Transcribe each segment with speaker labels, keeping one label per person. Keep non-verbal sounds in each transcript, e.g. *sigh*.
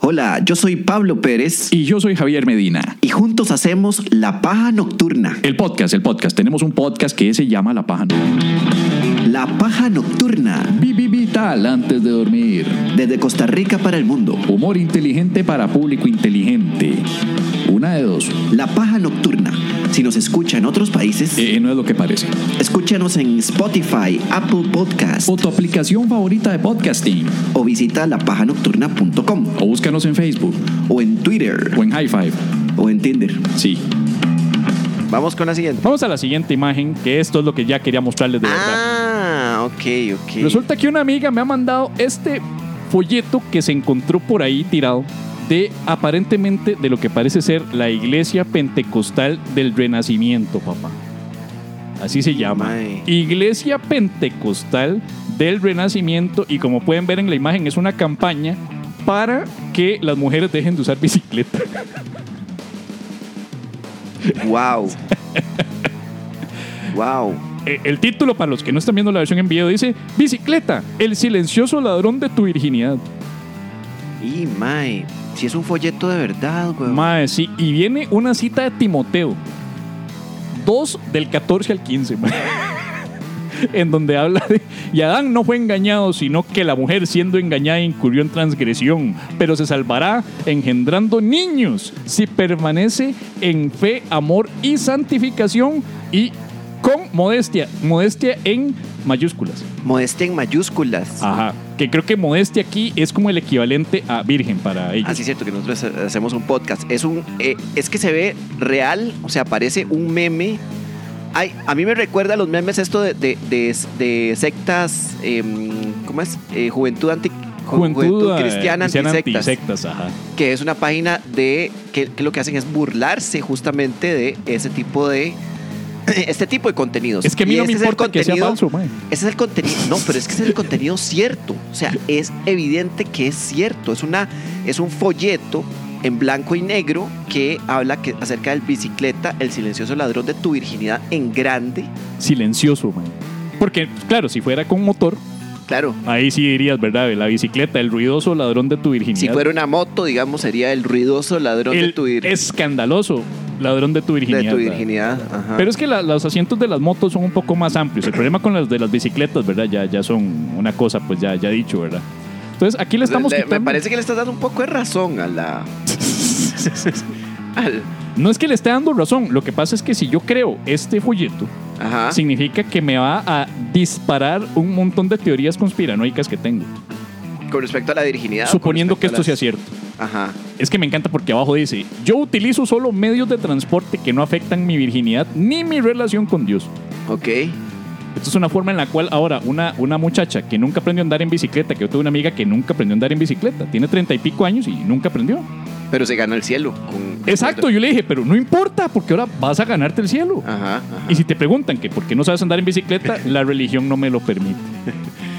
Speaker 1: Hola, yo soy Pablo Pérez
Speaker 2: Y yo soy Javier Medina.
Speaker 1: y juntos hacemos La Paja Nocturna.
Speaker 2: El podcast, el podcast. Tenemos un podcast que se llama La Paja
Speaker 1: La Paja Nocturna,
Speaker 2: Vivi Vital antes de dormir.
Speaker 1: desde Costa Rica para el mundo.
Speaker 2: Humor inteligente para público inteligente. Una de dos.
Speaker 1: La Paja Nocturna. Si nos escucha en otros países,
Speaker 2: Eh, no es lo que parece.
Speaker 1: escúchanos en Spotify, Apple Podcast
Speaker 2: O tu aplicación favorita de podcasting.
Speaker 1: o visita lapajanocturna.com
Speaker 2: O búscanos en Facebook.
Speaker 1: o en Twitter
Speaker 2: O en High Five.
Speaker 1: o en Tinder.
Speaker 2: Sí.
Speaker 1: Vamos con la siguiente.
Speaker 2: Vamos a la siguiente imagen, que esto es lo que ya quería mostrarles de verdad.
Speaker 1: Ah, ok, ok.
Speaker 2: Resulta que una amiga me ha mandado este folleto que se encontró por ahí tirado de aparentemente de lo que parece ser la iglesia pentecostal del Renacimiento, papá. Así se llama.
Speaker 1: Mae.
Speaker 2: Iglesia pentecostal del Renacimiento y como pueden ver en la imagen es una campaña para que las mujeres dejen de usar bicicleta. *laughs*
Speaker 1: Wow. wow.
Speaker 2: Eh, El título para los que no están viendo la versión en video dice Bicicleta, el silencioso ladrón de tu virginidad.
Speaker 1: Y mae, si es un folleto de verdad, weón.
Speaker 2: Mae, sí, y viene una cita de Timoteo. 2 del 14 al 15, mae. *laughs* en donde habla de, y Adán no fue engañado, sino que la mujer siendo engañada incurrió en transgresión, pero se salvará engendrando niños si permanece en fe, amor y santificación y con modestia, modestia en mayúsculas.
Speaker 1: Modestia en mayúsculas.
Speaker 2: Ajá, que creo que modestia aquí es como el equivalente a virgen para ellos.
Speaker 1: Así es cierto que nosotros ha- hacemos un podcast. Es un eh, es que se ve real, o sea, parece un meme. Ay, a mí me recuerda a los memes esto de, de, de- de sectas, em, ¿cómo es? Eh, juventud anti Ju-
Speaker 2: Juventud, eh,
Speaker 1: cristiana antisectas,
Speaker 2: antisectas, ajá.
Speaker 1: que es una página de que, que lo que hacen es burlarse justamente de ese tipo de *clears throat* este tipo de contenidos.
Speaker 2: Es que a mí
Speaker 1: Y
Speaker 2: no me
Speaker 1: ese es el
Speaker 2: importa que sea
Speaker 1: contenido-
Speaker 2: falso, mae.
Speaker 1: Ese es el contenido. No, pero es que ese es el contenido cierto. O sea, es evidente que es cierto. Es, una, es un folleto en blanco y negro que habla que, acerca del bicicleta, el silencioso ladrón de tu virginidad en grande.
Speaker 2: Silencioso, man. Porque, claro, si fuera con motor,
Speaker 1: Claro.
Speaker 2: ahí sí dirías, ¿verdad? La bicicleta, el ruidoso ladrón de tu virginidad.
Speaker 1: Si fuera una moto, digamos, sería el ruidoso ladrón
Speaker 2: el
Speaker 1: de tu, vir-
Speaker 2: escandaloso ladrón de tu virginidad.
Speaker 1: de tu
Speaker 2: ¿verdad?
Speaker 1: virginidad. Ajá.
Speaker 2: Pero es que la- los asientos de las motos son un poco más amplios. El problema con las de las bicicletas, ¿verdad? Ya, ya son una cosa, pues ya, ya dicho, ¿verdad? Entonces, aquí le estamos
Speaker 1: Le- me
Speaker 2: quitando-
Speaker 1: parece que le estás dando un poco de razón a
Speaker 2: *laughs*
Speaker 1: la. al-
Speaker 2: No es que le esté dando razón. Lo que pasa es que si yo creo este folleto,
Speaker 1: Ajá.
Speaker 2: significa que me va a disparar un montón de teorías conspiranoicas que tengo.
Speaker 1: Con respecto a la virginidad. o con
Speaker 2: suponiendo que esto
Speaker 1: respecto a
Speaker 2: sea
Speaker 1: las-
Speaker 2: cierto.
Speaker 1: Ajá.
Speaker 2: Es que me encanta porque abajo dice, yo utilizo solo medios de transporte que no afectan mi virginidad ni mi relación con Dios.
Speaker 1: Ok.
Speaker 2: Esto es una forma en la cual ahora una, una muchacha que nunca aprendió a andar en bicicleta, que yo tuve una amiga que nunca aprendió a andar en bicicleta, tiene treinta y pico años y nunca aprendió.
Speaker 1: Pero se ganó el cielo. con-
Speaker 2: Exacto, yo le dije, pero no importa porque ahora vas a ganarte el cielo.
Speaker 1: Ajá, ajá.
Speaker 2: Y si te preguntan que por qué no sabes andar
Speaker 1: *laughs*
Speaker 2: en bicicleta, la religión no me lo permite.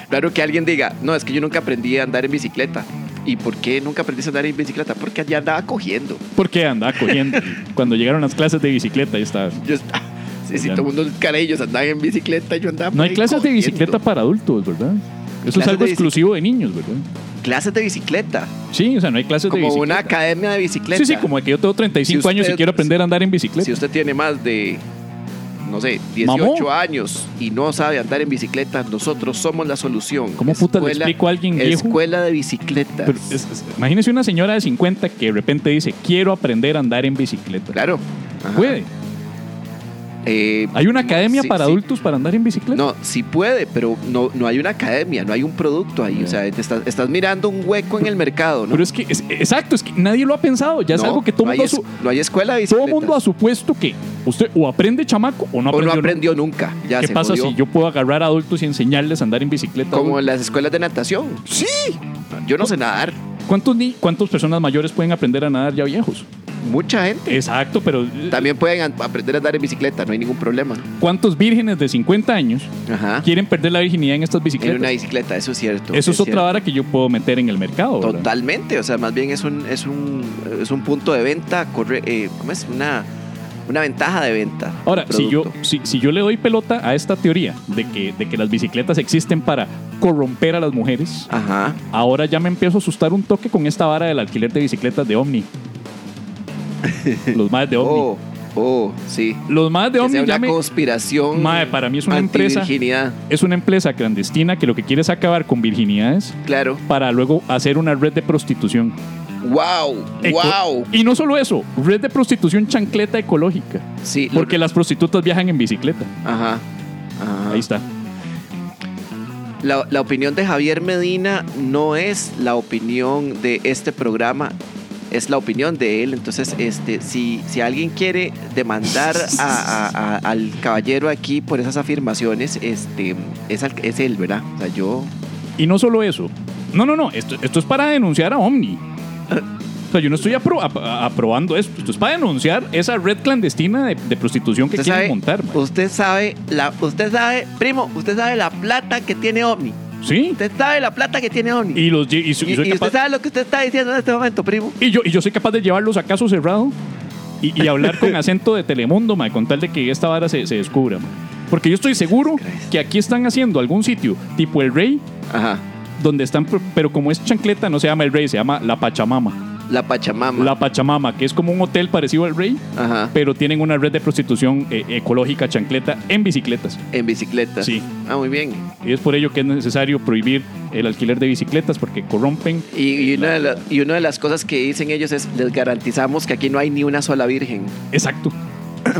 Speaker 1: Claro que alguien diga, no, es que yo nunca aprendí a andar en bicicleta. ¿Y por qué nunca aprendiste a andar en bicicleta? Porque allá andaba cogiendo.
Speaker 2: Porque andaba cogiendo. Cuando llegaron las clases de bicicleta, ahí estaba.
Speaker 1: Yo, *laughs* sí, sí,
Speaker 2: Ya.
Speaker 1: todo el mundo, cara, ellos andaban en bicicleta, yo andaba. por
Speaker 2: No hay
Speaker 1: ahí
Speaker 2: clases de
Speaker 1: cogiendo.
Speaker 2: bicicleta para adultos, ¿verdad? Eso
Speaker 1: Clases
Speaker 2: es algo
Speaker 1: de bici-
Speaker 2: exclusivo de niños, ¿verdad?
Speaker 1: Clases de bicicleta.
Speaker 2: Sí, o sea, no hay clases de
Speaker 1: Como
Speaker 2: bicicleta.
Speaker 1: una academia de bicicleta.
Speaker 2: Sí, sí, como que yo tengo 35
Speaker 1: Si
Speaker 2: años y
Speaker 1: usted-
Speaker 2: quiero aprender a andar en bicicleta.
Speaker 1: Si usted tiene más de, no sé, 18
Speaker 2: Mamó.
Speaker 1: años y no sabe andar en bicicleta, nosotros somos la solución.
Speaker 2: ¿Cómo puta le explico a alguien viejo?
Speaker 1: Escuela de bicicletas.
Speaker 2: Pero es- es- imagínese una señora de 50 que de repente dice, quiero aprender a andar en bicicleta.
Speaker 1: Claro. Ajá.
Speaker 2: Puede.
Speaker 1: Eh,
Speaker 2: Hay una academia
Speaker 1: sí,
Speaker 2: para
Speaker 1: sí.
Speaker 2: adultos para andar en bicicleta.
Speaker 1: No, sí puede, pero no, no hay una academia, no hay un producto ahí. O sea, te estás, estás mirando un hueco en el mercado, ¿no?
Speaker 2: Pero es que, es- exacto, es que nadie lo ha pensado. Ya es
Speaker 1: No,
Speaker 2: algo que todo
Speaker 1: no
Speaker 2: mundo,
Speaker 1: hay,
Speaker 2: ha su-
Speaker 1: es- no hay escuela de
Speaker 2: todo
Speaker 1: bicicletas.
Speaker 2: mundo ha supuesto que usted o aprende chamaco o
Speaker 1: o
Speaker 2: no aprendió.
Speaker 1: no
Speaker 2: nunca.
Speaker 1: aprendió nunca. Ya
Speaker 2: ¿Qué
Speaker 1: se
Speaker 2: pasa
Speaker 1: jodió.
Speaker 2: si yo puedo agarrar a adultos y enseñarles a andar en bicicleta?
Speaker 1: Como en las escuelas de natación.
Speaker 2: Sí.
Speaker 1: Yo no sé nadar.
Speaker 2: ¿Cuántos ni- ¿Cuántas personas mayores pueden aprender a nadar ya viejos?
Speaker 1: Mucha gente.
Speaker 2: Exacto, pero
Speaker 1: También pueden an- aprender a andar en bicicleta, no hay ningún problema.
Speaker 2: ¿cuántos vírgenes de 50 años
Speaker 1: Ajá.
Speaker 2: quieren perder la virginidad en estas
Speaker 1: En una
Speaker 2: bicicletas?
Speaker 1: bicicleta, eso es cierto.
Speaker 2: Eso es otra
Speaker 1: cierto.
Speaker 2: vara que yo puedo meter en el mercado. ¿verdad?
Speaker 1: Totalmente, o sea, más bien es un, es un, es un punto de venta, corre- eh, ¿cómo es? Una, Una ventaja de venta. del
Speaker 2: Ahora, si yo,
Speaker 1: producto.
Speaker 2: si, si yo le doy pelota a esta teoría de que, de que las bicicletas existen para corromper a las mujeres,
Speaker 1: Ajá.
Speaker 2: ahora ya me empiezo a asustar un toque con esta vara del alquiler de bicicletas
Speaker 1: *laughs*
Speaker 2: de Omni. Los madres de Omni.
Speaker 1: Oh, oh, sí.
Speaker 2: Los madres de
Speaker 1: Que
Speaker 2: Omni
Speaker 1: sea
Speaker 2: ya
Speaker 1: una
Speaker 2: me-
Speaker 1: conspiración.
Speaker 2: Mae, para mí es una empresa.
Speaker 1: antivirginidad,
Speaker 2: es una empresa clandestina que lo que quiere es acabar con virginidades
Speaker 1: Claro.
Speaker 2: para luego hacer una red de prostitución.
Speaker 1: ¡Wow!
Speaker 2: Eco-
Speaker 1: ¡Wow!
Speaker 2: Y no solo eso, red de prostitución chancleta ecológica.
Speaker 1: Sí. lo-
Speaker 2: Porque las prostitutas viajan en bicicleta.
Speaker 1: Ajá. Ajá.
Speaker 2: Ahí está.
Speaker 1: La, la opinión de Javier Medina no es la opinión de este programa, es la opinión de él. Entonces, este, si, si alguien quiere demandar a- a- a- al caballero aquí por esas afirmaciones, este, es, al- es él, ¿verdad? O sea, yo.
Speaker 2: Y no solo eso. No, no, no. Esto, esto es para denunciar a Omni. O sea, yo no estoy apro- ap- a- aprobando esto. Esto es para denunciar esa red clandestina de, de prostitución que
Speaker 1: Usted
Speaker 2: quieren
Speaker 1: sabe,
Speaker 2: montar. man.
Speaker 1: usted sabe, la, usted sabe, primo, usted sabe la plata que tiene OVNI.
Speaker 2: Sí.
Speaker 1: Usted sabe la plata que tiene OVNI.
Speaker 2: Y, los, lle- y, so-
Speaker 1: Y-
Speaker 2: y soy
Speaker 1: y usted
Speaker 2: capaz,
Speaker 1: sabe lo que usted está diciendo en este momento, primo.
Speaker 2: y yo, y yo soy capaz de llevarlos a caso cerrado y, y hablar
Speaker 1: *laughs*
Speaker 2: con acento de Telemundo, man, con tal de que esta vara se, se descubra. man. Porque yo estoy seguro
Speaker 1: Christ.
Speaker 2: que aquí están haciendo algún sitio, tipo el Rey,
Speaker 1: Ajá.
Speaker 2: donde están, pro- pero como es chancleta, no se llama el Rey, se llama La Pachamama.
Speaker 1: La Pachamama.
Speaker 2: La Pachamama, que es como un hotel parecido al Rey,
Speaker 1: Ajá.
Speaker 2: pero tienen una red de prostitución eh, ecológica chancleta en bicicletas.
Speaker 1: En bicicleta.
Speaker 2: Sí.
Speaker 1: Ah, muy bien.
Speaker 2: Y es por ello que es necesario prohibir el alquiler de bicicletas porque corrompen.
Speaker 1: Y,
Speaker 2: Eh,
Speaker 1: y una de la- y una de las cosas que dicen ellos es, les garantizamos que aquí no hay ni una sola virgen. *clears throat*
Speaker 2: Exacto.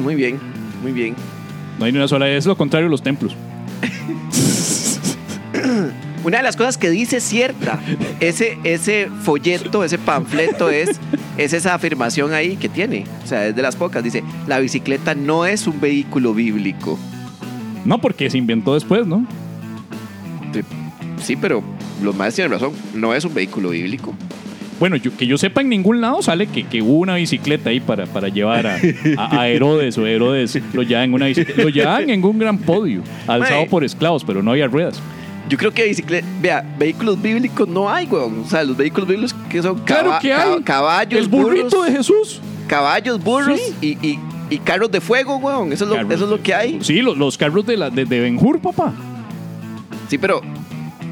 Speaker 1: muy bien, muy bien.
Speaker 2: No hay ni una sola. Es lo contrario de los templos.
Speaker 1: Una de las cosas que dice cierta, ese, ese folleto, ese panfleto es, es esa afirmación ahí que tiene. O sea, es de las pocas. Dice, la bicicleta no es un vehículo bíblico.
Speaker 2: No, porque se inventó después, ¿no?
Speaker 1: Sí, pero los más tienen razón. No es un vehículo bíblico.
Speaker 2: Bueno, yo- que yo sepa, en ningún lado sale que, que hubo una bicicleta ahí para, para llevar a, a- a Herodes o Herodes. Lo llevan en una bicicleta. Lo llevaban en un gran podio, alzado
Speaker 1: Mae.
Speaker 2: por esclavos, pero no había ruedas.
Speaker 1: Yo creo que bicicleta, vea, vehículos bíblicos no hay, weón. O sea, los vehículos bíblicos que son
Speaker 2: Claro
Speaker 1: caba-
Speaker 2: que hay.
Speaker 1: ca- caballos,
Speaker 2: el burrito
Speaker 1: burros,
Speaker 2: de Jesús.
Speaker 1: caballos, burros y, y- y carros de fuego, weón. Eso es lo,
Speaker 2: Carros
Speaker 1: eso es lo
Speaker 2: de-
Speaker 1: que hay.
Speaker 2: Sí, los, los carros de, la, de, de Ben-Hur, papá.
Speaker 1: Sí, pero.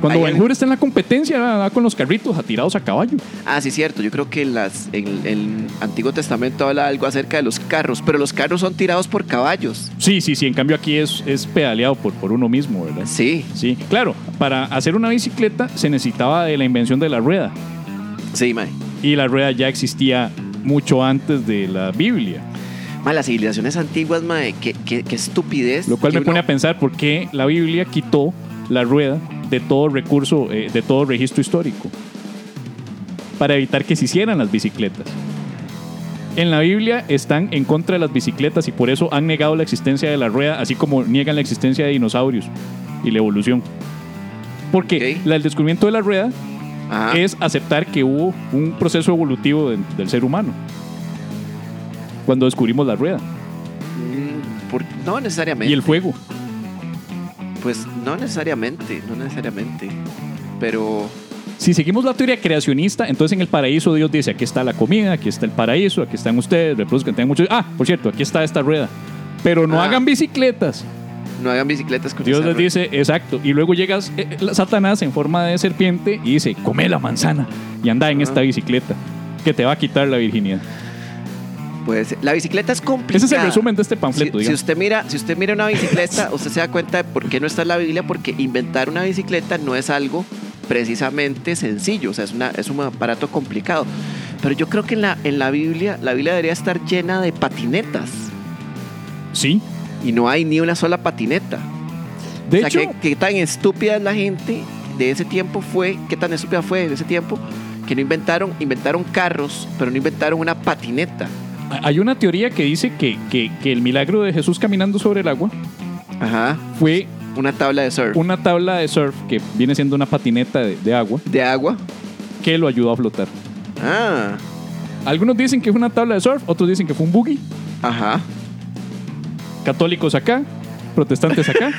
Speaker 2: Cuando
Speaker 1: Ahí
Speaker 2: Benjur está en la competencia, va- va con los carritos atirados a caballo.
Speaker 1: Ah, sí, cierto. Yo creo que en, las, en el Antiguo Testamento habla algo acerca de los carros, pero los carros son tirados por caballos.
Speaker 2: Sí, sí, sí. En cambio, aquí es, es pedaleado por, por uno mismo, ¿verdad?
Speaker 1: Sí,
Speaker 2: Sí, claro. Para hacer una bicicleta se necesitaba de la invención de la rueda.
Speaker 1: sí, mae.
Speaker 2: Y la rueda ya existía mucho antes de la Biblia.
Speaker 1: Mae, las civilizaciones antiguas, mae, qué, qué- qué estupidez.
Speaker 2: Lo cual
Speaker 1: que
Speaker 2: me pone
Speaker 1: uno-
Speaker 2: a pensar por qué la Biblia quitó la rueda de todo recurso, eh, de todo registro histórico, para evitar que se hicieran las bicicletas. En la Biblia están en contra de las bicicletas y por eso han negado la existencia de la rueda, así como niegan la existencia de dinosaurios y la evolución. Porque
Speaker 1: Ok. Ah.
Speaker 2: la- el descubrimiento de la rueda
Speaker 1: Ajá.
Speaker 2: es aceptar que hubo un proceso evolutivo del- del ser humano. Cuando descubrimos la rueda
Speaker 1: Mm, por- No necesariamente.
Speaker 2: y el fuego.
Speaker 1: Pues no necesariamente, no necesariamente. Pero
Speaker 2: Si seguimos la teoría creacionista, entonces en el paraíso Dios dice, aquí está la comida, aquí está el paraíso, aquí están ustedes, reproduzcan, tengan muchos... Ah, por cierto, aquí está esta rueda. Pero no
Speaker 1: Ah.
Speaker 2: hagan bicicletas.
Speaker 1: no hagan bicicletas con
Speaker 2: Dios
Speaker 1: esa
Speaker 2: les
Speaker 1: rueda.
Speaker 2: dice, exacto. Y luego llega eh, la- Satanás en forma de serpiente y dice, come la manzana y anda en
Speaker 1: Ah.
Speaker 2: esta bicicleta que te va a quitar la virginidad.
Speaker 1: Pues la bicicleta es complicada.
Speaker 2: Ese es el resumen de este
Speaker 1: Si,
Speaker 2: panfleto,
Speaker 1: si
Speaker 2: digamos.
Speaker 1: usted mira, si usted mira una bicicleta, usted se da cuenta de por qué no está en la Biblia, porque inventar una bicicleta no es algo precisamente sencillo, o sea, es, una, es un aparato complicado. Pero yo creo que en la, en la Biblia, la Biblia debería estar llena de patinetas
Speaker 2: Sí.
Speaker 1: y no hay ni una sola patineta. o
Speaker 2: De
Speaker 1: sea,
Speaker 2: hecho,
Speaker 1: que, que tan estúpida es la gente de ese tiempo fue, qué tan estúpida fue de ese tiempo, que no inventaron, inventaron carros, pero no inventaron una patineta.
Speaker 2: hay una teoría que dice que, que- que el milagro de Jesús caminando sobre el agua
Speaker 1: Ajá,
Speaker 2: fue
Speaker 1: una tabla de surf.
Speaker 2: una tabla de surf que viene siendo una patineta de- de agua
Speaker 1: ¿De agua?
Speaker 2: que lo ayudó a flotar.
Speaker 1: Ah,
Speaker 2: Algunos dicen que fue una tabla de surf, otros dicen que fue un buggy.
Speaker 1: ajá.
Speaker 2: Católicos acá, protestantes acá.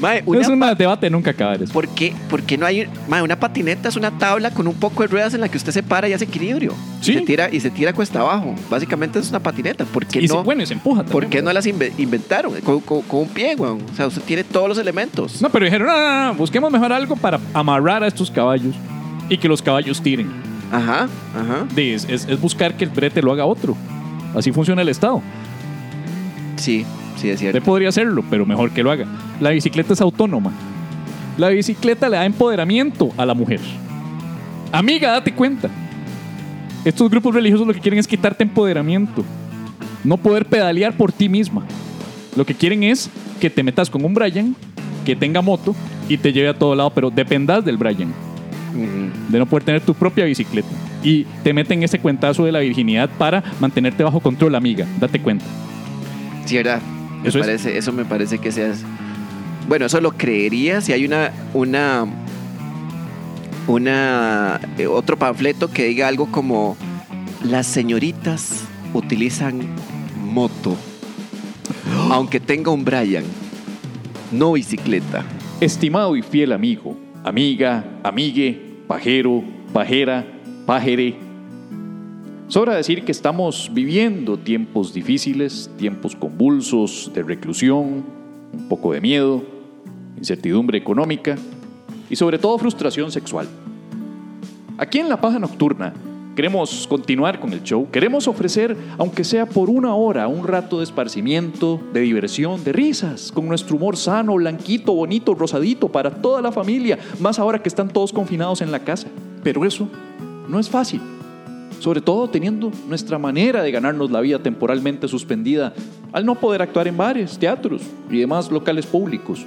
Speaker 1: Mae, *laughs*
Speaker 2: es
Speaker 1: una
Speaker 2: un debate nunca acabar. eso.
Speaker 1: ¿Por qué, por qué no hay mae, una patineta? Es una tabla con un poco de ruedas en la que usted se para y hace equilibrio.
Speaker 2: Sí.
Speaker 1: Y se tira, y se tira cuesta abajo. Básicamente es una patineta. ¿Por qué
Speaker 2: Y se,
Speaker 1: no?
Speaker 2: bueno, y se empuja.
Speaker 1: ¿Por
Speaker 2: también,
Speaker 1: qué
Speaker 2: ¿verdad?
Speaker 1: no las inve- inventaron? Eh, Con, con- con un pie, weón. O sea, usted tiene todos los elementos.
Speaker 2: No, pero dijeron, no, no, no, busquemos mejor algo para amarrar a estos caballos y que los caballos tiren.
Speaker 1: Ajá, ajá.
Speaker 2: De- Es, es- es buscar que el brete lo haga otro. Así funciona el Estado.
Speaker 1: Sí, sí, es
Speaker 2: Usted
Speaker 1: cierto.
Speaker 2: podría hacerlo, pero mejor que lo haga. La bicicleta es autónoma. La bicicleta le da empoderamiento a la mujer. Amiga, date cuenta. Estos grupos religiosos lo que quieren es quitarte empoderamiento. No poder pedalear por ti misma. Lo que quieren es que te metas con un Brian que tenga moto y te lleve a todo lado, pero dependas del Brian.
Speaker 1: Ujú.
Speaker 2: de no poder tener tu propia bicicleta. Y te meten ese cuentazo de la virginidad para mantenerte bajo control, amiga. Date cuenta.
Speaker 1: Sí, verdad. Me
Speaker 2: Eso es.
Speaker 1: parece, eso me parece que seas. Bueno, eso lo creería si hay una, una, una eh, otro panfleto que diga algo como las señoritas utilizan
Speaker 2: *gasps*
Speaker 1: moto, aunque tenga un Brian, no bicicleta.
Speaker 2: Estimado y fiel amigo, amiga, amigue, pajero, pajera, pajere. Sobra decir que estamos viviendo tiempos difíciles, tiempos convulsos de reclusión, un poco de miedo, incertidumbre económica y sobre todo frustración sexual. Aquí en La Paja Nocturna queremos continuar con el show, queremos ofrecer, aunque sea por una hora, un rato de esparcimiento, de diversión, de risas, con nuestro humor sano, blanquito, bonito, rosadito, para toda la familia, más ahora que están todos confinados en la casa. Pero eso no es fácil, sobre todo teniendo nuestra manera de ganarnos la vida temporalmente suspendida al no poder actuar en bares, teatros y demás locales públicos.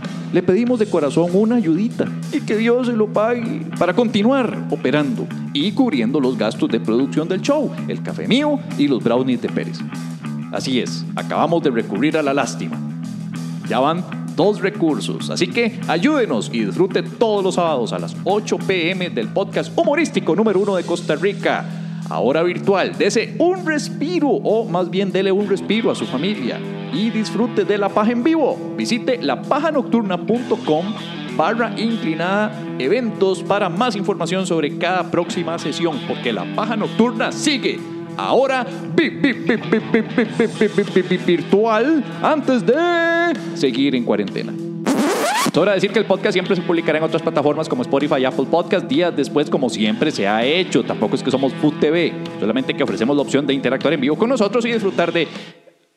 Speaker 2: le pedimos de corazón una ayudita y que Dios se lo pague para continuar operando y cubriendo los gastos de producción del show, el café mío y los brownies de Pérez. Así es, acabamos de recurrir a la lástima. Ya van dos recursos, así que ayúdenos y disfrute todos los sábados a las 8 pm del podcast humorístico número uno de Costa Rica. Ahora virtual, dese un respiro o más bien dele un respiro a su familia y disfrute de la paja en vivo. Visite lapajanocturna.com barra inclinada eventos para más información sobre cada próxima sesión, porque la paja nocturna sigue. Ahora, vi- vi- vi- vi- vi- vi- vi- vi- vi- vi- vi- virtual antes de seguir en cuarentena. Sobra decir que el podcast siempre se publicará en otras plataformas como Spotify y Apple Podcast días después, como siempre se ha hecho. Tampoco es que somos Food TV, solamente que ofrecemos la opción de interactuar en vivo con nosotros y disfrutar de.